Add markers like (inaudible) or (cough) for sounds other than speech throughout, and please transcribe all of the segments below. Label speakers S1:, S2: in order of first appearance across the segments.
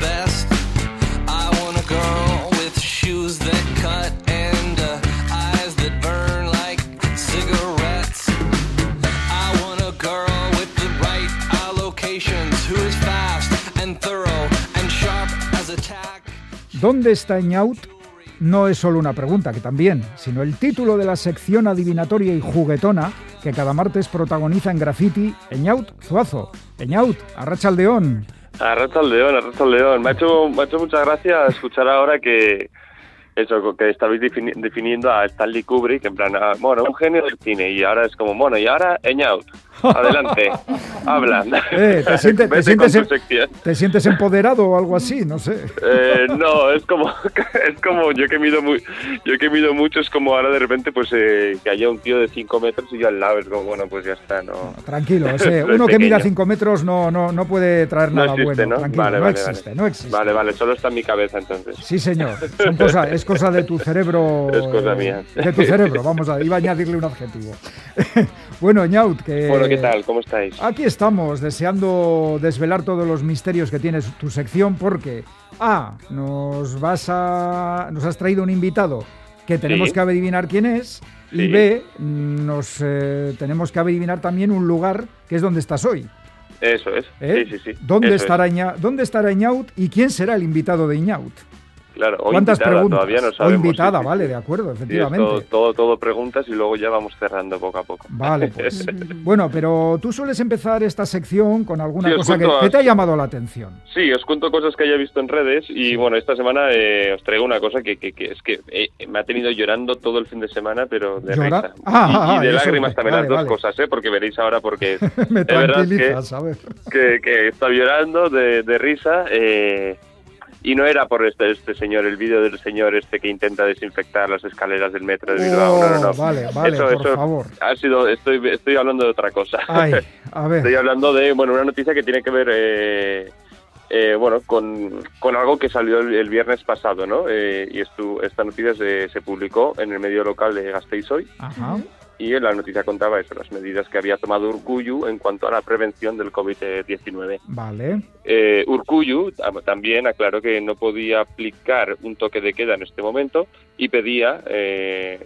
S1: uh, nations who is fast and thorough and sharp as a tack.
S2: ¿Dónde está Ñaut? No es solo una pregunta, que también, sino el título de la sección adivinatoria y juguetona que cada martes protagoniza en Graffiti Eñaut Zuazo. Eñaut, Arrachaldeón.
S3: Arracha al león, arracha al león. Me ha, hecho, me ha hecho mucha gracia escuchar ahora que eso que estabais defini- definiendo a Stanley Kubrick, en plan, ah, bueno, un genio del cine, y ahora es como, bueno, y ahora, Eñaut,
S2: (laughs)
S3: adelante, habla.
S2: Eh,
S3: (laughs)
S2: ¿te, sientes, te,
S3: Vete
S2: sientes
S3: con tu
S2: em-
S3: sección.
S2: te sientes empoderado o algo así? No sé.
S3: Eh, no, es como, (laughs) es como yo que mido muy, yo que mido mucho es como ahora de repente pues eh, que haya un tío de 5 metros y yo al lado es como bueno pues ya está no. (laughs)
S2: Tranquilo, ese,
S3: Soy
S2: uno que mira
S3: pequeño.
S2: 5 metros no, no, no puede traer
S3: No
S2: nada
S3: existe,
S2: bueno.
S3: ¿no?
S2: Tranquilo,
S3: Vale,
S2: no
S3: vale,
S2: existe,
S3: vale.
S2: no existe.
S3: Vale, vale, solo está en mi cabeza entonces.
S2: Sí, señor. Son cosa- es cosa de tu cerebro.
S3: Es cosa
S2: eh,
S3: mía.
S2: De tu cerebro, vamos a. Iba a añadirle un adjetivo. (laughs) bueno, Ñaut, que.
S3: Bueno, ¿qué tal? ¿Cómo estáis?
S2: Aquí estamos deseando desvelar todos los misterios que tiene tu sección porque A, nos vas a nos has traído un invitado que tenemos
S3: Sí.
S2: que adivinar quién es y
S3: Sí.
S2: B, nos eh, tenemos que adivinar también un lugar que es donde estás hoy.
S3: Eso es.
S2: ¿eh?
S3: Sí, sí, sí.
S2: ¿Dónde,
S3: Eso
S2: estará Iña- ¿Dónde estará Iñaut y quién será el invitado de Iñaut?
S3: Es. Claro, o
S2: ¿Cuántas
S3: invitada,
S2: preguntas?
S3: Todavía no
S2: O
S3: sabemos.
S2: invitada,
S3: sí, sí,
S2: vale,
S3: sí.
S2: de acuerdo,
S3: Sí, es
S2: efectivamente.
S3: todo, todo, todo preguntas y luego ya vamos cerrando poco a poco.
S2: Vale,
S3: (laughs)
S2: pues. Bueno, pero tú sueles empezar esta sección con alguna
S3: Sí, os
S2: cosa que,
S3: cuento a-
S2: que te ha llamado la atención. (laughs)
S3: Sí, os cuento cosas que haya visto en redes y bueno, esta semana eh, os traigo una cosa que, que- que es que eh, me ha tenido llorando todo el fin de semana, pero de
S2: ¿Llora?
S3: risa.
S2: Ah,
S3: Y-
S2: ah,
S3: y,
S2: ah,
S3: de
S2: eso,
S3: lágrimas también
S2: vale,
S3: las dos
S2: vale.
S3: cosas, ¿eh? porque veréis ahora porque
S2: (laughs) Me
S3: de verdad que-
S2: tranquilizas, a ver.
S3: que, que estaba llorando de, de risa eh, y no era por este, este señor, el vídeo del señor este que intenta desinfectar las escaleras del metro de Bilbao. no, no, no.
S2: Oh, Vale, vale,
S3: Eso-
S2: por
S3: eso-
S2: favor.
S3: Ha sido, estoy, estoy hablando de otra cosa.
S2: Ay, a
S3: (laughs) Estoy
S2: ver.
S3: hablando de bueno una noticia que tiene que ver eh, eh, bueno con, con algo que salió el, el viernes pasado, ¿no? Eh, y estu- esta noticia se, se publicó en el medio local de Gasteiz hoy
S2: Ajá.
S3: y la noticia contaba eso, las medidas que había tomado Urcuyu en cuanto a la prevención del COVID-19.
S2: Vale.
S3: Eh, Urcuyu tam- también aclaró que no podía aplicar un toque de queda en este momento y pedía eh,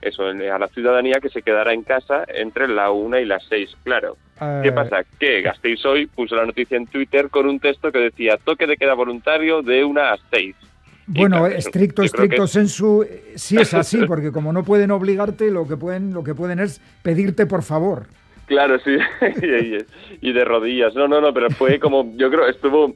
S3: eso en- a la ciudadanía que se quedara en casa entre la 1 y las 6, claro. ¿Qué
S2: Eh,
S3: pasa? Que Gasteiz hoy puso la noticia en Twitter con un texto que decía toque de queda voluntario de una a seis.
S2: Bueno,
S3: claro,
S2: estricto,
S3: yo creo
S2: estricto
S3: que-
S2: sensu, eh, sí es
S3: (laughs)
S2: así, porque como no pueden obligarte, lo que pueden, lo que pueden es pedirte por favor.
S3: Claro, sí. (laughs) y, y- y de rodillas. No, no, no, pero fue como, yo creo, estuvo...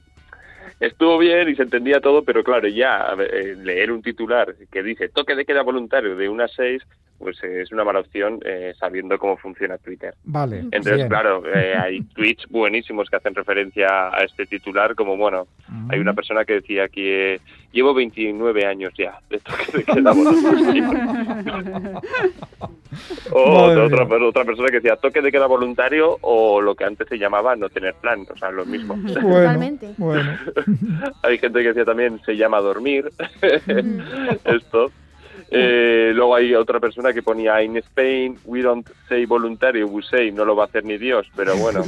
S3: Estuvo bien y se entendía todo, pero claro, ya a ver, eh, leer un titular que dice toque de queda voluntario de una a seis, pues eh, es una mala opción eh, sabiendo cómo funciona Twitter.
S2: Vale.
S3: Entonces,
S2: bien.
S3: claro, eh, hay tweets buenísimos que hacen referencia a este titular, como bueno,
S2: Mm.
S3: Hay una persona que decía que eh, llevo 29 años ya de toque
S2: (laughs)
S3: de queda voluntario. o
S2: Madre
S3: otra, otra
S2: mía.
S3: per- otra persona que decía toque de queda voluntario o lo que antes se llamaba no tener plan, o sea, lo mismo.
S2: Bueno,
S4: Totalmente.
S2: Bueno,
S3: (laughs) Hay gente que decía también se llama dormir. (laughs) Esto. Eh, luego hay otra persona que ponía in Spain we don't say voluntario, we say no lo va a hacer ni Dios, pero bueno,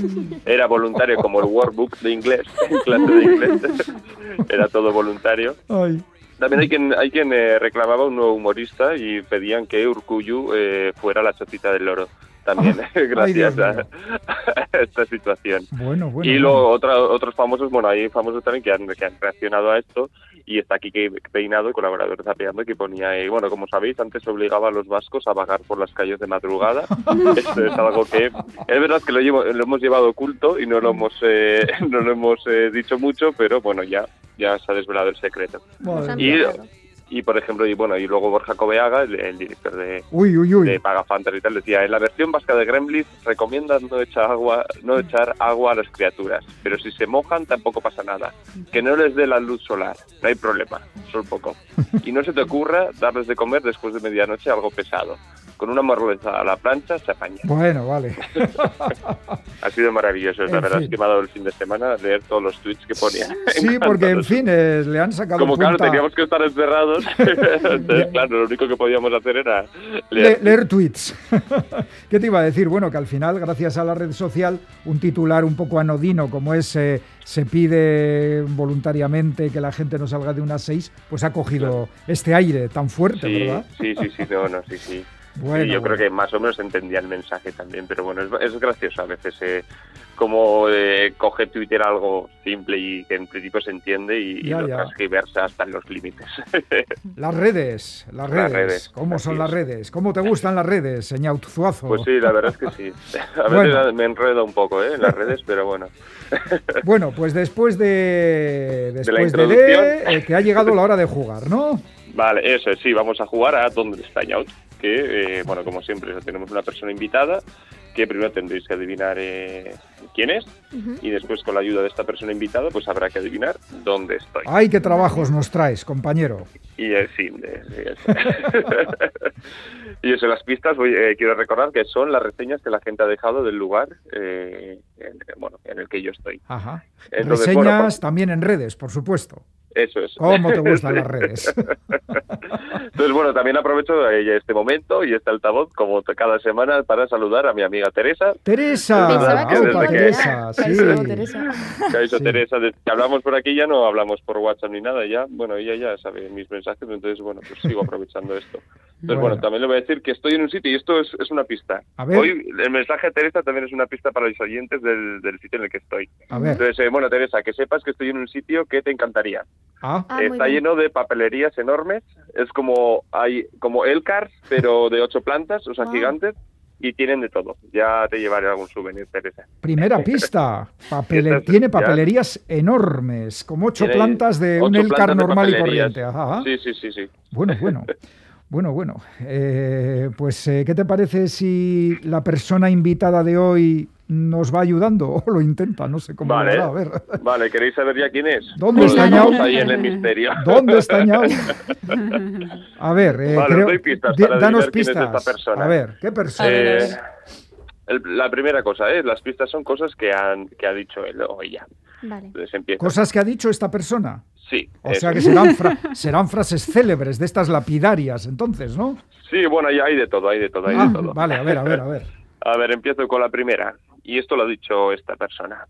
S3: era voluntario como el workbook de inglés, (laughs) clase de
S2: (laughs)
S3: inglés, era todo voluntario.
S2: ay,
S3: También hay quien, hay quien eh, reclamaba un nuevo humorista y pedían que Urcuyu eh, fuera la chocita del loro.
S2: (laughs)
S3: También,
S2: Dios
S3: (laughs) gracias a,
S2: mío.
S3: a esta situación.
S2: bueno, bueno.
S3: y luego otra- otros famosos, bueno, hay famosos también que han, que han reaccionado a esto. Y está aquí que Peinado, colaborador de Zapeando, que ponía, eh, bueno, como sabéis, antes obligaba a los vascos a vagar por las calles
S2: (laughs)
S3: de madrugada. Esto es algo que es verdad que lo, llevo- lo hemos llevado oculto y no lo hemos, eh, (laughs) no lo hemos eh, dicho mucho, pero bueno, ya, ya se ha desvelado el secreto.
S2: bueno.
S4: Nos han
S3: Y-
S4: pillado.
S3: Y por ejemplo, y bueno, y luego Borja Cobeaga, el, el director de,
S2: Uy, uy, uy.
S3: de Pagafantas y tal, decía, en la versión vasca de Gremlins recomiendan no echar agua, no echar agua a las criaturas, pero si se mojan tampoco pasa nada. Que no les dé la luz solar, no hay problema, sol poco. Y no se te ocurra darles de comer después de medianoche algo pesado. Con una morleza a la plancha se apaña.
S2: Bueno,
S3: (laughs)
S2: vale.
S3: Ha sido maravilloso, la
S2: En
S3: verdad
S2: fin.
S3: es que me ha dado el fin de semana leer todos los tweets que ponía.
S2: Sí,
S3: (laughs)
S2: porque en fin, eh, le han sacado
S3: Como claro,
S2: punta-
S3: teníamos que
S2: (laughs)
S3: estar encerrados, entonces claro, lo único que podíamos hacer era
S2: Le- leer tweets. (laughs) ¿Qué te iba a decir? Bueno, que al final, gracias a la red social, un titular un poco anodino como es eh, se pide voluntariamente que la gente no salga de una 6, pues ha cogido este aire tan fuerte,
S3: sí,
S2: ¿verdad?
S3: Sí, sí, sí, no, no, sí, sí.
S2: Bueno,
S3: Sí, yo
S2: bueno.
S3: creo que más o menos entendía el mensaje también, pero bueno, es, es gracioso a veces eh, como eh, coge Twitter algo simple y que en principio se entiende y, y
S2: Ya,
S3: lo
S2: ya.
S3: transgiversa hasta en los límites. (laughs)
S2: Las redes, las redes.
S3: Las redes,
S2: ¿Cómo
S3: así
S2: son las
S3: es.
S2: redes? ¿Cómo te gustan las redes, señor Zuazo?
S3: Pues sí, la verdad es que sí.
S2: (laughs)
S3: A veces
S2: Oh. Bueno.
S3: me enredo un poco ¿eh? en las redes, pero bueno.
S2: Bueno, pues después de. Después de,
S3: introducción.
S2: eh, que ha llegado la hora de jugar, ¿no?
S3: Vale, eso es, sí, vamos a jugar a Dónde está Yaut, que, eh, bueno, como siempre, eso, tenemos una persona invitada que primero tendréis que adivinar eh, quién es y después con la ayuda de esta persona invitada pues habrá que adivinar dónde estoy.
S2: ¡Ay, qué trabajos nos traes, compañero!
S3: Y eh, sí, eh, sí, eso. (laughs) y eso, las pistas, voy, eh, quiero recordar que son las reseñas que la gente ha dejado del lugar eh, en, bueno, en el que yo estoy.
S2: Ajá.
S3: Entonces,
S2: Reseñas
S3: bueno, pues-
S2: también en redes, por supuesto.
S3: Eso es.
S2: ¿Cómo te gustan
S3: (laughs) Sí.
S2: las redes?
S3: Entonces, bueno, también aprovecho eh, este momento y este altavoz, como t- cada semana, para saludar a mi amiga Teresa.
S4: Ah,
S2: Teresa,
S3: Pensaba que
S2: opa,
S3: desde que-
S2: Teresa, sí.
S4: Pensaba, Teresa.
S3: Que ha dicho
S2: Sí.
S3: Teresa, desde que hablamos por aquí ya no hablamos por WhatsApp ni nada, ya, bueno, ella ya sabe mis mensajes, entonces, bueno, pues
S2: (laughs)
S3: sigo aprovechando esto. Entonces, bueno.
S2: Bueno.
S3: también le voy a decir que estoy en un sitio y esto es, es una pista.
S2: A ver.
S3: Hoy el mensaje a Teresa también es una pista para los oyentes del, del sitio en el que estoy.
S2: A ver,
S3: Entonces, eh, bueno, Teresa, que sepas que estoy en un sitio que te encantaría.
S2: ah,
S4: Ah, muy
S3: Está
S4: bien.
S3: lleno de papelerías enormes. Es como hay como el Cars, pero de ocho plantas, o sea,
S4: Wow.
S3: gigantes. Y tienen de todo. Ya te llevaré algún souvenir, Teresa.
S2: primera pista. Papele-
S3: Estas-
S2: tiene
S3: ya.
S2: papelerías enormes, como ocho
S3: Tiene
S2: plantas de un
S3: ocho
S2: Elcar
S3: plantas de
S2: normal y
S3: papelerías.
S2: corriente. Ajá, ajá.
S3: Sí, sí, sí, sí.
S2: Bueno, bueno. Bueno, bueno. Eh, pues, eh, ¿qué te parece si la persona invitada de hoy nos va ayudando (laughs) o lo intenta? No sé cómo lo
S3: Vale.
S2: hará, A ver.
S3: Vale, ¿queréis saber ya quién es?
S2: ¿Dónde
S3: Pues
S2: está
S3: lo dejamos
S2: Ñau?
S3: Ahí en el misterio.
S2: (laughs) ¿Dónde está
S4: (laughs)
S2: Ñao? A ver, eh,
S3: Vale, os
S2: creo-
S3: doy pistas
S2: di-
S3: para
S2: danos
S3: adivinar quién es
S2: pistas.
S3: esta persona.
S2: A ver, ¿qué persona?
S4: ver, a
S3: (laughs) Eh,
S4: ver.
S3: el- la primera cosa es, las pistas son cosas que, han, que ha dicho él o ella.
S4: Vale.
S3: Entonces empieza.
S2: Cosas que ha dicho esta persona.
S3: Sí.
S2: O
S3: Eh, eso
S2: sea que
S3: es.
S2: serán, fra- serán frases célebres de estas lapidarias, entonces, ¿no?
S3: Sí, bueno, hay, hay de todo, hay de todo, hay
S2: Ah,
S3: de todo.
S2: vale, a ver, a ver, a ver.
S3: A ver, empiezo con la primera. Y esto lo ha dicho esta persona.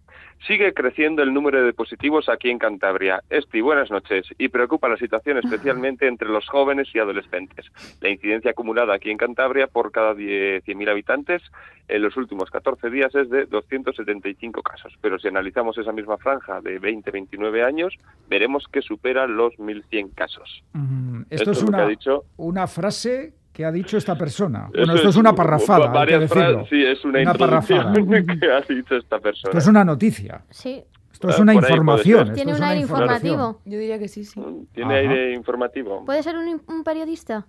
S3: Sigue creciendo el número de positivos aquí en Cantabria. Esti, buenas noches. Y preocupa la situación especialmente entre los jóvenes y adolescentes. La incidencia acumulada aquí en Cantabria por cada 10 100.000 habitantes en los últimos 14 días es de 275 casos. Pero si analizamos esa misma franja de 20-29 años, veremos que supera los 1.100 casos.
S2: Mm, Esto es
S3: lo que
S2: una,
S3: ha dicho
S2: una frase que ha dicho esta persona. Bueno,
S3: Eso
S2: esto es una
S3: va-
S2: parrafada, hay que
S3: varias fra-
S2: decirlo.
S3: Sí, es una,
S2: Una
S3: introducción
S2: (laughs) parrafada.
S3: que ha dicho esta persona.
S2: Esto es una noticia,
S4: Sí.
S2: esto es
S3: Ah,
S2: una
S3: por ahí puede
S2: información.
S3: ser.
S2: esto
S4: Tiene
S2: es
S4: un
S2: una
S4: aire
S2: información.
S4: informativo.
S5: Yo diría que sí, sí.
S3: Mm, ¿Tiene
S2: Ajá.
S3: aire informativo?
S4: ¿Puede ser un, un periodista?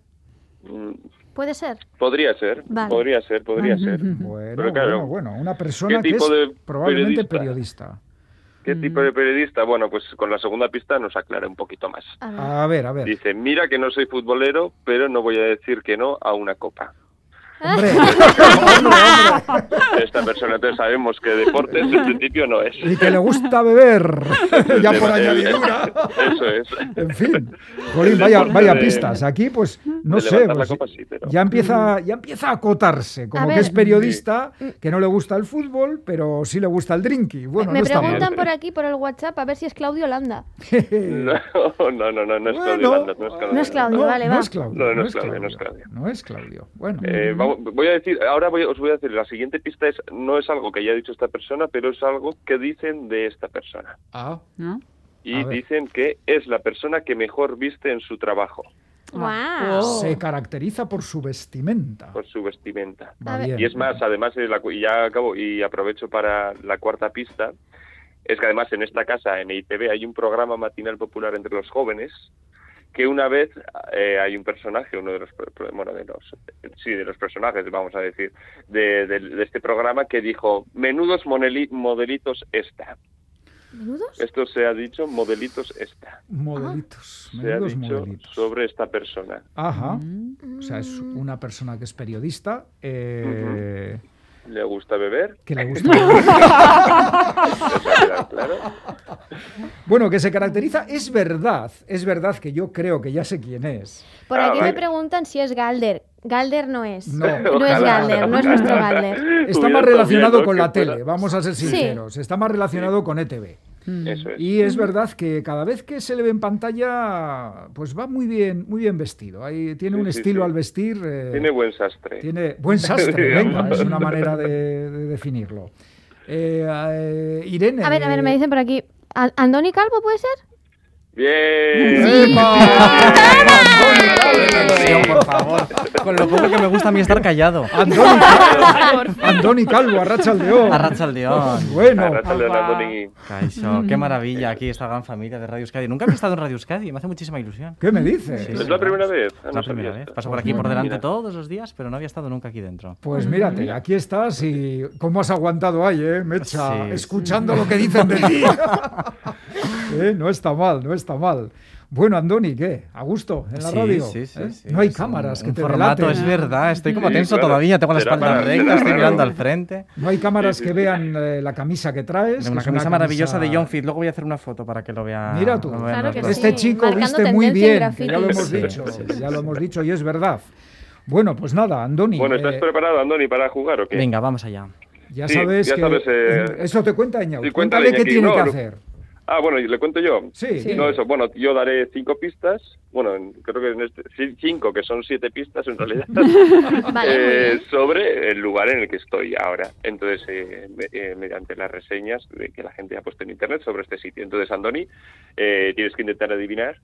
S3: Mm,
S4: Puede ser.
S3: Podría ser,
S4: Vale.
S3: podría ser, podría ser.
S2: Bueno,
S3: Pero claro,
S2: bueno, bueno, una persona que
S3: tipo
S2: es
S3: de
S2: probablemente periodista.
S3: periodista?
S2: Mm.
S3: ¿Qué tipo de periodista? Bueno, pues con la segunda pista nos aclara un poquito más.
S4: A ver.
S2: A ver, a ver.
S3: Dice, mira que no soy futbolero, pero no voy a decir que no a una copa. (laughs)
S2: Hombre,
S3: Esta persona, entonces sabemos que deportes en principio
S2: (laughs)
S3: no es.
S2: y que le gusta
S3: (laughs)
S2: beber, ya por añadidura.
S3: Eso es.
S2: En fin, Jolín, vaya,
S3: deporte
S2: vaya
S3: de-
S2: pistas. Aquí, pues, no
S3: de
S2: sé.
S3: levantar la
S2: pues,
S3: copa, sí, pero- Mm.
S2: ya, empieza, ya empieza a acotarse. Como
S4: A
S2: que
S4: ver. Mm.
S2: es periodista, que no le gusta el fútbol, pero sí le gusta el drinky. Bueno,
S4: Me
S2: no está mal.
S4: preguntan por aquí, por el WhatsApp, a ver si es Claudio Landa.
S3: (laughs) No, no, no, no, no es
S2: (laughs)
S3: Claudio
S2: Bueno,
S3: Landa, no es Claudio
S4: No es
S3: Landa.
S4: Claudio,
S2: no,
S4: vale,
S2: no
S4: va.
S2: es Claudio.
S3: No, no es Claudio, no es Claudio.
S2: No es Claudio. Bueno,
S3: Eh, vamos- voy a decir, ahora voy- os voy a decir, la siguiente pista es, no es algo que haya dicho esta persona, pero es algo que dicen de esta persona.
S2: ah,
S6: ¿no?
S3: Y
S2: A ver.
S3: dicen que es la persona que mejor viste en su trabajo,
S4: ¡Guau!
S5: Oh.
S2: se caracteriza por su vestimenta.
S3: por su vestimenta.
S2: Va
S4: A ver.
S2: bien.
S3: Y es más, además, eh, la cu- y ya acabo y aprovecho para la cuarta pista, es que además en esta casa, en E ITV, hay un programa matinal popular entre los jóvenes que una vez eh, hay un personaje, uno de los, pro- pro- bueno, de los, sí, de los personajes, vamos a decir, de, de- de este programa que dijo, menudos moneli- modelitos esta.
S4: ¿Menudos?
S3: Esto se ha dicho, modelitos esta.
S2: Modelitos,
S3: Se ha
S2: menudos
S3: dicho
S2: modelitos.
S3: sobre esta persona.
S2: Ajá.
S6: Mm.
S2: O sea, es una persona que es periodista, eh,
S3: ¿Le gusta beber?
S2: que
S4: (laughs)
S2: le gusta.
S3: Eso ha quedado claro.
S2: Bueno, que se caracteriza, es verdad, es verdad que yo creo que ya sé quién es.
S4: Por
S3: Ah,
S4: aquí me
S3: vale.
S4: preguntan si es Galder. Galder no es.
S2: No.
S3: (laughs)
S4: es
S3: Ojalá.
S4: Galder, no es nuestro Galder.
S2: Está
S3: Hubiera
S2: más relacionado
S3: sabido
S2: con
S3: que
S2: la
S3: fuera.
S2: tele, vamos a ser
S4: Sí.
S2: sinceros, está más relacionado con ETV.
S5: Mm.
S3: Eso es.
S2: Y es verdad que cada vez que se le ve en pantalla, pues va muy bien, muy bien vestido. Ahí tiene
S3: Sí,
S2: un
S3: sí,
S2: estilo
S3: sí.
S2: al vestir. eh,
S3: Tiene buen sastre. (laughs)
S2: tiene buen sastre, venga,
S3: Digamos.
S2: es una manera de, de definirlo. Eh, eh, Irene.
S4: A ver, a ver, me
S2: eh,
S4: dicen por aquí. ¿An- ¿Andoni Calvo puede ser?
S3: Bien.
S5: Tío, por favor. Con lo poco que me gusta a mí
S2: (laughs)
S5: estar callado.
S2: Andoni, Andoni Calvo, Arrachaldeón.
S5: Arratsaldeon.
S2: Bueno,
S3: Arratsaldeon, Andoni.
S5: Caixo, qué maravilla. Aquí esta gran familia de Radio Euskadi. Nunca había estado en Radio Euskadi. Me hace muchísima ilusión.
S2: ¿qué me dices?
S5: Sí,
S3: ¿Es
S5: sí.
S3: la primera vez? Ah,
S5: Es
S3: no
S5: la primera
S3: sabía
S5: vez.
S3: esto.
S5: Paso por aquí por delante
S3: Mira.
S5: todos los días, pero no había estado nunca aquí dentro.
S2: Pues mírate, aquí estás y cómo has aguantado ahí, ¿eh, Mecha?
S5: Sí.
S2: Escuchando
S5: (laughs)
S2: lo que dicen de ti. (laughs) Eh, No está mal, no está mal. Bueno, Andoni, ¿qué? ¿A gusto en la
S5: Sí,
S2: radio?
S5: sí, sí,
S2: ¿Eh?
S5: sí.
S2: No hay
S5: Es
S2: cámaras
S5: un-
S2: que
S5: un
S2: te
S5: formato,
S2: delaten.
S5: es verdad. Estoy como
S3: Sí,
S5: tenso
S3: claro.
S5: todavía. Tengo la
S3: Será
S5: espalda
S3: para-
S5: recta,
S3: será
S5: estoy
S3: para-
S5: mirando al frente.
S2: No hay cámaras
S3: Sí, sí,
S2: que
S3: sí.
S2: vean eh, la camisa que traes. que
S5: Una
S2: es
S5: camisa maravillosa de
S2: camisa-
S5: John Fit. Luego voy a hacer una foto para que lo vean.
S2: Mira tú.
S5: lo vean
S4: Claro
S5: los
S4: que
S5: dos.
S2: Este
S4: sí,
S2: chico
S4: marcando
S2: viste muy
S4: tendencia
S2: bien,
S4: en
S2: que ya lo
S4: grafitis.
S2: hemos
S5: Sí,
S2: dicho,
S5: sí, sí,
S2: ya lo hemos dicho y es verdad. Bueno, pues nada, Andoni,
S3: Bueno, ¿estás
S2: eh,
S3: preparado, Andoni, para jugar o qué?
S5: Venga, vamos allá.
S2: ya
S3: Sí,
S2: sabes
S3: ya
S2: que
S3: sabes, eh,
S2: eso te cuenta Ñau.
S3: sí,
S2: Cuéntale
S3: cuéntale,
S2: qué
S3: Iñaki.
S2: tiene
S3: No,
S2: que
S3: no.
S2: hacer.
S3: Ah, bueno, ¿y le cuento yo.
S2: Sí.
S4: Sí.
S3: No, eso, bueno, yo daré cinco pistas, bueno, en- creo que en este, sí, cinco, que son siete pistas en
S2: (laughs)
S3: realidad,
S4: Vale, muy
S3: eh,
S4: bien.
S3: sobre el lugar en el que estoy ahora. Entonces, eh, me- eh, mediante las reseñas de que la gente ha puesto en internet sobre este sitio. Entonces, Andoni, eh, tienes que intentar adivinar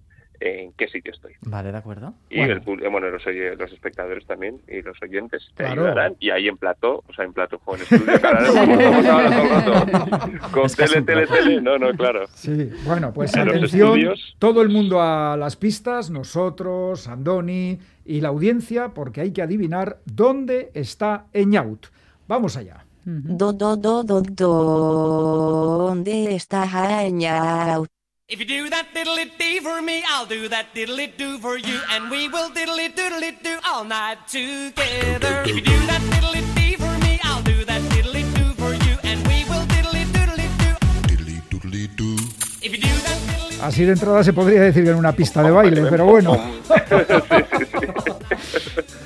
S3: en qué sitio estoy.
S5: Vale, de acuerdo.
S3: Y
S2: Bueno.
S3: el pub- eh, bueno, los, oye- los espectadores también y los oyentes te
S2: Claro.
S3: ayudarán. Y ahí en plató, o sea, en plató, jo, en estudio, claro, estamos ahora todo el rato. Con
S5: Es que es
S3: tele,
S5: un
S3: tele,
S5: plató.
S3: tele, no, no, claro.
S2: Sí, bueno, pues
S3: En los
S2: atención,
S3: estudios.
S2: todo el mundo a las pistas, nosotros, Andoni y la audiencia, porque hay que adivinar dónde está Eñaut. Vamos allá.
S6: Do, do, do, do, ¿Dónde está Jañao?
S1: If you do that diddly dee for me, I'll do that diddly do for you, and we will diddly doodly do all night together. If you do that diddly dee for me, I'll do that diddly do for you, and we will diddly doodly do. If you do that diddly.
S2: Así de entrada se podría decir que en una pista de baile, pero
S3: (laughs)
S2: bueno.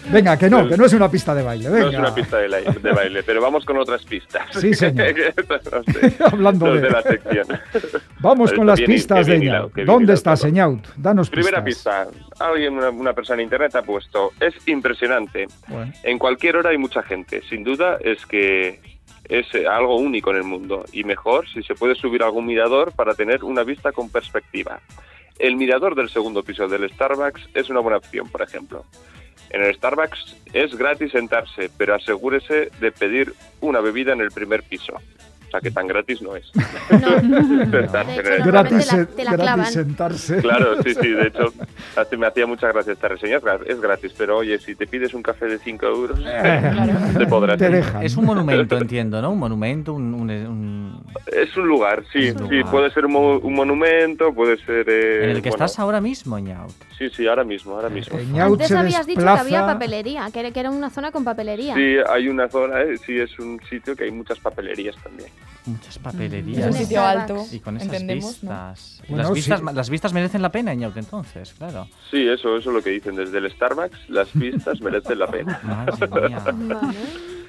S2: Venga, que no, que no es una pista de baile. Venga.
S3: No es una pista de, la- de baile, pero vamos con otras pistas.
S2: Sí,
S3: (laughs)
S2: señor.
S3: Estas no sé,
S2: (laughs) Hablando
S3: no es
S2: de-
S3: de la sección.
S2: Vamos
S3: Está
S2: con las
S3: bien,
S2: pistas de
S3: qué bien hilado,
S2: Eñaut.
S3: qué bien
S2: ¿Dónde
S3: hilado
S2: está
S3: todo.
S2: Eñaut? Danos
S3: Primera
S2: pistas.
S3: pista. Alguien, una, una persona en internet ha puesto, es impresionante.
S2: Bueno.
S3: En cualquier hora hay mucha gente. Sin duda es que es eh, algo único en el mundo. Y mejor si se puede subir a algún mirador para tener una vista con perspectiva. El mirador del segundo piso del Starbucks es una buena opción, por ejemplo. En el Starbucks es gratis sentarse, pero asegúrese de pedir una bebida en el primer piso. O sea que tan gratis
S2: (laughs)
S3: no es. (laughs) Sentarse en
S4: De hecho,
S3: el-
S4: no.
S2: Gratis,
S4: Normalmente la- te la
S2: gratis
S4: clavan.
S2: sentarse.
S3: Claro, sí, sí, de hecho, así me hacía muchas gracias esta reseña, es gra- es gratis, pero oye, si te pides un café de
S2: (laughs)
S3: 5 euros, te podrás.
S2: Te dejan.
S5: Es un monumento, entiendo, ¿no? Un monumento, un... un- un-
S3: Es un lugar, sí,
S5: Es un
S3: sí,
S5: lugar.
S3: puede ser un, mo- un monumento, puede ser... eh,
S5: En el que
S3: bueno,
S5: estás Eh, ahora mismo, Ñaut.
S3: Sí, sí, ahora mismo, ahora mismo.
S2: Eñaut
S4: Antes
S2: se
S4: habías dicho que
S2: desplaza-
S4: había papelería, que era- que era una zona con papelería.
S3: Sí, hay una zona, eh, sí, es un sitio que hay muchas papelerías también.
S5: Muchas
S7: Es
S5: papelerías.
S7: un
S4: Yes.
S7: sitio alto.
S5: Y con esas
S7: Entendemos, ¿no?
S5: vistas.
S2: Bueno,
S5: las, vistas
S2: sí.
S5: las vistas merecen la pena, Ñaut, entonces, claro.
S3: Sí, eso, eso es lo que dicen, desde el Starbucks las pistas merecen
S2: (laughs)
S3: la pena.
S5: Madre mía.
S4: Vale.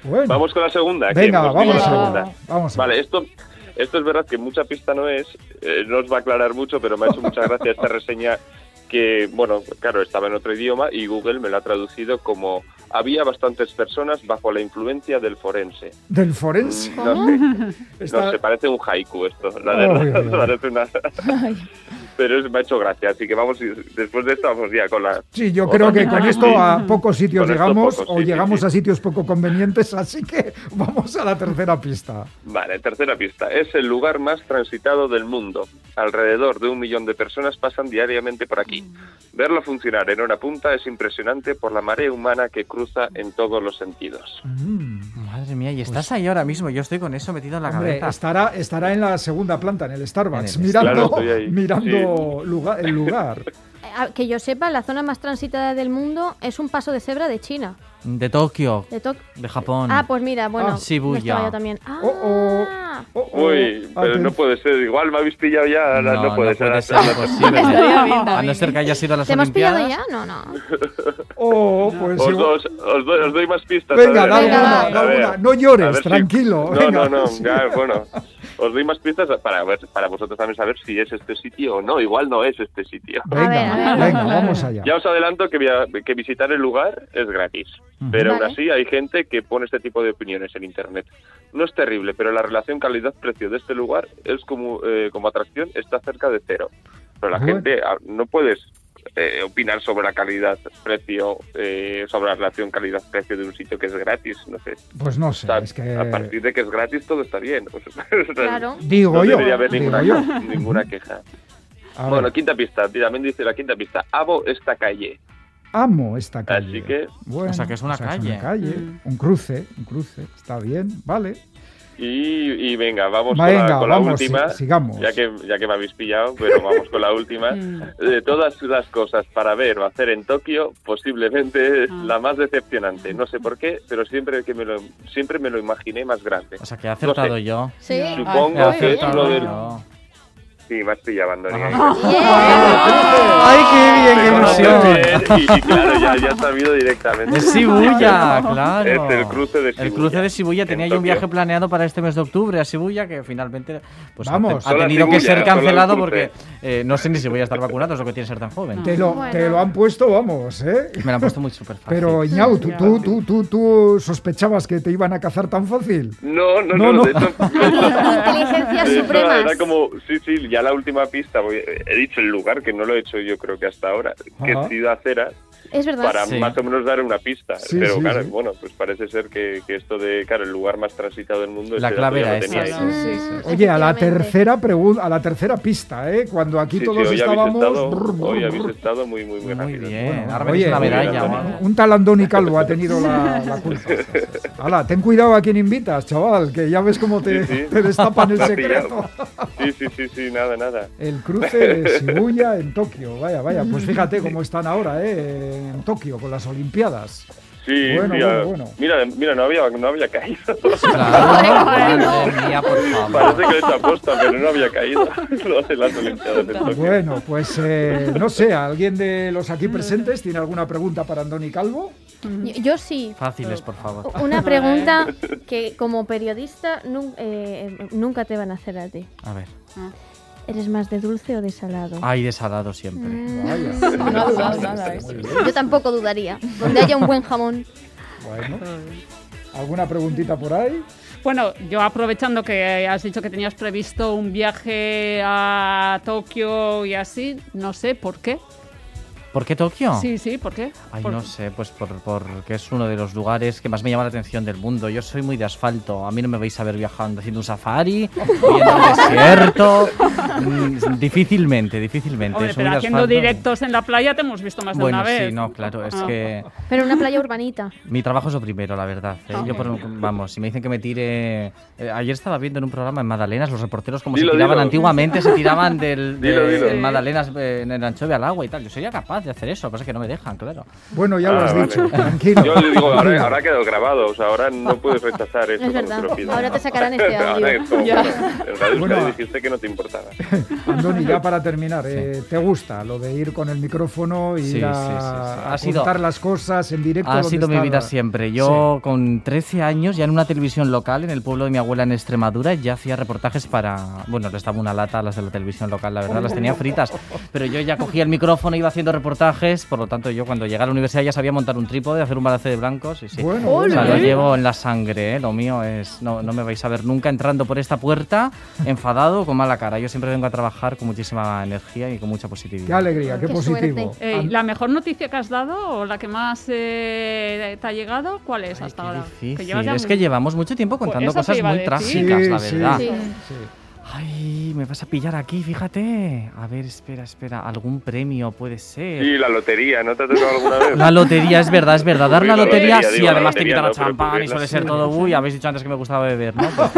S2: Bueno,
S3: Vamos con la segunda. ¿qué?
S2: venga,
S3: Hemos
S2: vamos
S3: dicho
S2: a
S7: Venga,
S3: pues, la
S7: va,
S2: segunda.
S7: va.
S2: Vamos a
S3: (laughs) Vale, esto, esto es verdad que mucha pista no es, eh, no os va a aclarar mucho, pero me ha hecho mucha gracia esta reseña que, bueno, claro, estaba en otro idioma y Google me lo ha traducido como había bastantes personas bajo la influencia del forense.
S2: Del forense.
S3: No sé,
S2: Está-
S3: no sé, parece un haiku esto, la
S2: Ay,
S3: verdad,
S2: ay, ay.
S3: (laughs) parece una- Pero es, me ha hecho gracia, así que vamos, y- después de esto vamos ya con la...
S2: Sí, yo
S3: Otra
S2: creo que
S3: pista,
S2: con
S3: sí.
S2: esto a pocos sitios
S3: este. Con esto
S2: llegamos
S3: pocos,
S2: o
S3: sí, sí,
S2: llegamos
S3: sí.
S2: a sitios poco convenientes, así que (laughs) vamos a la tercera pista.
S3: Vale, tercera pista. Es el lugar más transitado del mundo. Alrededor de un millón de personas pasan diariamente por aquí. Verlo funcionar en hora punta es impresionante por la marea humana que cruza en todos los sentidos.
S2: Mm.
S5: Madre mía, y estás ahí ahora mismo. Yo estoy con eso metido en la
S2: Hombre,
S5: cabeza.
S2: estará, estará en la segunda planta, en el Starbucks,
S5: En el-
S3: Claro,
S2: mirando,
S3: estoy ahí.
S2: mirando lugar, el lugar.
S3: (laughs)
S4: Eh, a- Que yo sepa, la zona más transitada del mundo es un paso de cebra de China.
S5: De Tokio,
S4: De Tok-
S5: de Japón.
S4: Ah, pues mira, bueno,
S5: Ah, Shibuya.
S4: estaba yo también. Ah,
S2: Oh, oh, oh, oh.
S3: Uy, pero no
S2: Aten-
S3: puede ser. Igual me habéis pillado ya. Ah, No, no puede ser. (laughs)
S5: imposible.
S7: Estaría bien,
S5: A no
S7: David.
S5: ser que haya sido a las
S4: ¿Te hemos pillado
S5: Olimpiadas.
S4: ya? No, no.
S2: Oh, pues
S3: Os,
S2: igual-
S3: dos- os doy, os doy más pistas.
S2: Venga,
S3: a ver.
S2: da
S4: Venga,
S2: una,
S4: va.
S2: da
S3: A ver,
S2: una. No
S3: a ver
S2: llores, (laughs)
S3: si-
S2: tranquilo.
S3: No,
S2: venga.
S3: no, no. ya, bueno. Os doy más pistas para, ver, para vosotros también saber si es este sitio o no. Igual no es este sitio.
S2: Venga,
S4: ver, a ver.
S2: venga, vamos allá.
S3: Ya os adelanto que, via- que visitar el lugar es gratis,
S2: Ujú.
S3: pero aún
S4: Vale.
S3: así hay gente que pone este tipo de opiniones en Internet. No es terrible, pero la relación calidad-precio de este lugar es como, eh, como atracción está cerca de cero. Pero la
S2: Bueno.
S3: gente ah, no puedes eh, opinar sobre la calidad-precio, eh, sobre la relación calidad-precio de un sitio que es gratis. No sé,
S2: Pues no
S3: O
S2: sé,
S3: sea,
S2: es que
S3: a partir de que es gratis todo está bien. (laughs)
S4: Claro.
S2: digo
S3: No
S2: yo,
S3: debería haber
S2: digo
S3: ninguna,
S2: yo.
S3: (laughs) ninguna queja.
S2: A ver,
S3: Bueno, quinta pista. También dice la quinta pista. Amo esta calle.
S2: amo esta calle.
S3: Así que-
S2: Bueno,
S5: O sea, que es una calle.
S2: calle,
S4: Mm.
S2: un cruce, un cruce, está bien, vale.
S3: Y, y venga, vamos
S2: Venga,
S3: con la, con la
S2: vamos,
S3: última.
S2: si- sigamos.
S3: Ya que, ya que me habéis pillado, pero vamos con la
S7: (laughs)
S3: última.
S7: Mm.
S3: De todas las cosas para ver o hacer en Tokio, posiblemente es la más decepcionante. No sé por qué, pero siempre, que me, lo, siempre me lo imaginé más grande.
S5: O sea, que he acertado
S3: No sé.
S5: yo.
S4: Sí.
S3: Supongo
S5: He
S4: Ay,
S3: que es
S4: muy
S5: acertado
S3: uno
S4: bien.
S3: del...
S5: yo.
S3: Sí, me has pillado, Andoni.
S5: ¡Ay, Ah, qué bien,
S3: Te
S5: qué
S3: conozco
S5: ilusión!
S3: bien Y, y claro, ya, ya has
S2: (laughs)
S3: sabido directamente. (laughs)
S5: Es Shibuya, claro.
S3: Es el cruce de
S5: El cruce de
S3: Shibuya.
S5: Shibuya.
S3: En
S5: Tenía yo un
S3: Tokio.
S5: viaje planeado para este mes de octubre a Shibuya que finalmente pues, ha
S2: Vamos.
S5: te- ha,
S3: Solo a
S5: tenido que
S3: Shibuya, solo
S5: ser
S3: al
S5: cancelado
S3: cruce.
S5: porque eh, no sé ni si voy a estar vacunado, es lo que tiene ser tan joven.
S2: Te lo,
S4: Bueno.
S2: te lo han puesto, vamos, ¿eh?
S5: Me lo han puesto muy súper fácil.
S2: Pero, Ñau, ¿tú, tú, tú, tú, tú sospechabas que te iban a cazar tan fácil?
S3: No, no,
S2: No, no.
S3: no.
S2: (laughs)
S3: de hecho-
S4: Inteligencias
S3: de hecho,
S4: supremas.
S3: Era como, sí, sí, ya la última pista. voy- he dicho el lugar, que no lo he hecho yo creo que hasta ahora, que
S2: Ajá.
S3: es Ciudad Cera,
S4: (laughs) Es verdad.
S3: para
S5: Sí.
S3: más o menos dar una pista.
S2: Sí,
S3: Pero
S2: sí,
S3: claro,
S2: sí.
S3: bueno, pues parece ser que, que esto de, claro, el lugar más transitado del mundo.
S5: La
S3: ese
S5: clave
S3: dato ya
S5: era
S3: lo
S5: esa.
S3: teníais.
S4: Mm,
S5: Sí, sí, sí.
S2: Oye, a la
S4: efectivamente.
S2: tercera pregunta, a la tercera pista, ¿eh? Cuando aquí
S3: Sí, sí,
S2: todos
S3: hoy habéis,
S2: estábamos.
S3: estado,
S2: brr, brr,
S3: hoy
S2: brr.
S3: habéis estado muy, muy, muy,
S5: Muy
S3: rápidos.
S5: bien.
S2: Bueno,
S5: Ahora veréis
S2: oye,
S5: una medalla.
S3: Antonio,
S5: o algo.
S2: Un talandón y calvo ha tenido
S4: (laughs)
S2: la, la culpa. Hala, ten cuidado a quien invitas, chaval, que ya ves cómo te,
S3: Sí, sí.
S2: te destapan el
S3: Me (laughs) ha
S2: secreto.
S3: pillado. Sí, sí, sí, sí, nada, nada.
S2: El cruce
S3: (laughs)
S2: de Shibuya en Tokio, vaya, vaya. Pues fíjate cómo están ahora, ¿eh? En Tokio, con las Olimpiadas.
S3: Sí,
S2: Bueno,
S3: sí,
S2: bueno,
S3: ah,
S2: bueno.
S3: Mira, mira, no había, no había caído.
S5: Claro, madre mía, por favor.
S3: Parece que lo he hecho aposta, pero no había caído. (laughs) Lo de las Olimpiadas de Tokio.
S2: Bueno, pues eh, no sé, ¿alguien de los aquí presentes tiene alguna pregunta para Andoni Calvo?
S4: Yo, yo sí.
S5: Fáciles, por favor.
S4: Una pregunta que como periodista nun- eh, nunca te van a hacer a ti.
S5: A ver.
S4: ¿Eres más de dulce o de salado?
S5: Ay, desalado siempre.
S4: Mm,
S2: Vaya.
S7: No ha dudado nada, ¿eh?
S4: Yo tampoco dudaría. Donde haya un buen jamón.
S2: Bueno, ¿alguna preguntita por ahí?
S7: Bueno, yo aprovechando que has dicho que tenías previsto un viaje a Tokio y así, no sé por qué.
S5: ¿Por qué Tokio?
S7: Sí, sí, ¿por qué?
S5: Ay,
S7: Por-
S5: no sé, pues por, porque es uno de los lugares que más me llama la atención del mundo. Yo soy muy de asfalto. A mí no me vais a ver viajando haciendo
S7: (laughs)
S5: un safari, yendo al desierto. Mm, difícilmente, difícilmente.
S7: Hombre,
S5: Soy
S7: pero
S5: muy de
S7: haciendo
S5: asfalto.
S7: directos en la playa te hemos visto más de
S5: Bueno,
S7: una vez.
S5: sí, no, claro. Es
S7: Ah.
S5: que
S4: Pero una playa urbanita.
S5: mi trabajo es lo primero, la verdad. ¿eh? Yo, por- vamos, si me dicen que me tire. eh, ayer estaba viendo en un programa en Madalenas los reporteros como
S3: Dilo,
S5: se tiraban
S3: dilo.
S5: antiguamente, se tiraban del,
S3: (laughs) Dilo,
S5: del
S3: dilo.
S5: Madalenas eh, en el anchove al agua y tal. Yo sería capaz de hacer eso, lo que pasa es que no me dejan, claro.
S2: Bueno, ya lo
S3: Ah,
S2: has
S3: vale. (laughs)
S2: dicho, tranquilo.
S3: Yo le digo, ahora,
S2: tranquilo.
S3: ahora ha quedado grabado, o sea, ahora no puedes rechazar eso.
S4: Es
S3: cuando
S4: verdad.
S3: te lo pidan.
S4: Ahora te sacarán este
S3: (laughs) Ahora
S4: audio.
S3: es como,
S7: Ya.
S3: bueno, en realidad
S2: Bueno.
S3: dijiste que no
S2: (laughs)
S3: te importaba.
S2: Andoni, ya para terminar, eh, ¿te gusta lo de ir con el micrófono y
S5: Sí,
S2: ir a,
S5: sí, sí, sí. Ha
S2: a
S5: sido-
S2: contar las cosas en directo?
S5: Ha
S2: donde
S5: sido mi
S2: está
S5: vida
S2: la-
S5: siempre. Yo con 13 años, ya en una televisión local, en el pueblo de mi abuela en Extremadura, ya hacía reportajes para... Bueno, les daba una lata a las de la televisión local, la verdad, las tenía fritas. Pero yo ya cogía el micrófono, iba haciendo reportajes, por lo tanto yo cuando llegué a la universidad ya sabía montar un trípode, hacer un balance de blancos y sí.
S2: Bueno, ¿eh?
S5: O sea,
S2: bueno.
S5: lo llevo en la sangre, ¿eh? lo mío es... No, no me vais a ver nunca entrando por esta puerta enfadado o con mala cara. Yo siempre vengo a trabajar con muchísima energía y con mucha
S2: Qué
S5: positividad.
S2: alegría, qué,
S4: Qué
S2: positivo.
S4: suerte.
S7: Eh, ¿La mejor noticia que has dado o la que más eh, te ha llegado? ¿Cuál es hasta
S5: Qué
S7: ahora?
S5: difícil.
S7: llevas ya
S5: es
S7: muy-
S5: que llevamos mucho tiempo contando
S7: eso te
S5: cosas
S7: iba a
S5: muy
S7: decir.
S5: trágicas, la
S2: Sí, sí,
S5: verdad.
S4: Sí.
S2: sí.
S5: Ay, me vas a pillar aquí, fíjate. A ver, espera, espera. ¿Algún premio puede ser?
S3: Y la lotería, ¿no te ha tocado alguna vez?
S5: La lotería, es verdad, es verdad. Dar
S3: Uy,
S5: la
S3: la
S5: lotería,
S3: lotería,
S5: sí,
S3: digo, la
S5: además te
S3: lotería
S5: invitan a
S3: no, pero
S5: champán y
S3: cubrirla
S5: suele
S3: sí.
S5: ser todo. Uy, habéis dicho antes que me gustaba
S3: (laughs)
S5: beber, ¿no? Pues-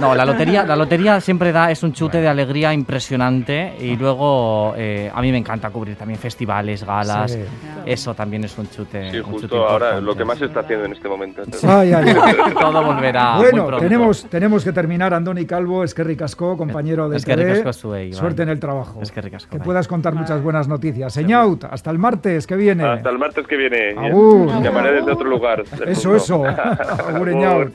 S5: no, la lotería, la lotería siempre da, es un chute de alegría impresionante. Y luego, eh, a mí me encanta cubrir también festivales, galas.
S2: Sí.
S5: Eso también es un chute.
S3: Sí,
S5: un chute
S3: justo ahora, lo
S5: importante.
S3: que más se está haciendo en este momento. entonces.
S2: Ay, ay, ay.
S5: (laughs) Todo volverá. muy
S2: Bueno,
S5: pronto.
S2: tenemos, tenemos que terminar, Andoni Calvo, es que ricasco, compañero de
S5: Eskerrik
S2: TV.
S5: asko zuei, Iván.
S2: Suerte en el trabajo.
S5: Eskerrik asko,
S2: Que
S5: bai.
S2: puedas contar muchas buenas noticias. Señaut, hasta el martes que viene.
S3: Hasta el martes que viene.
S2: Agur.
S3: Llamaré desde otro lugar. del (laughs)
S2: Eso,
S3: mundo.
S2: eso. Agur, Eñaut.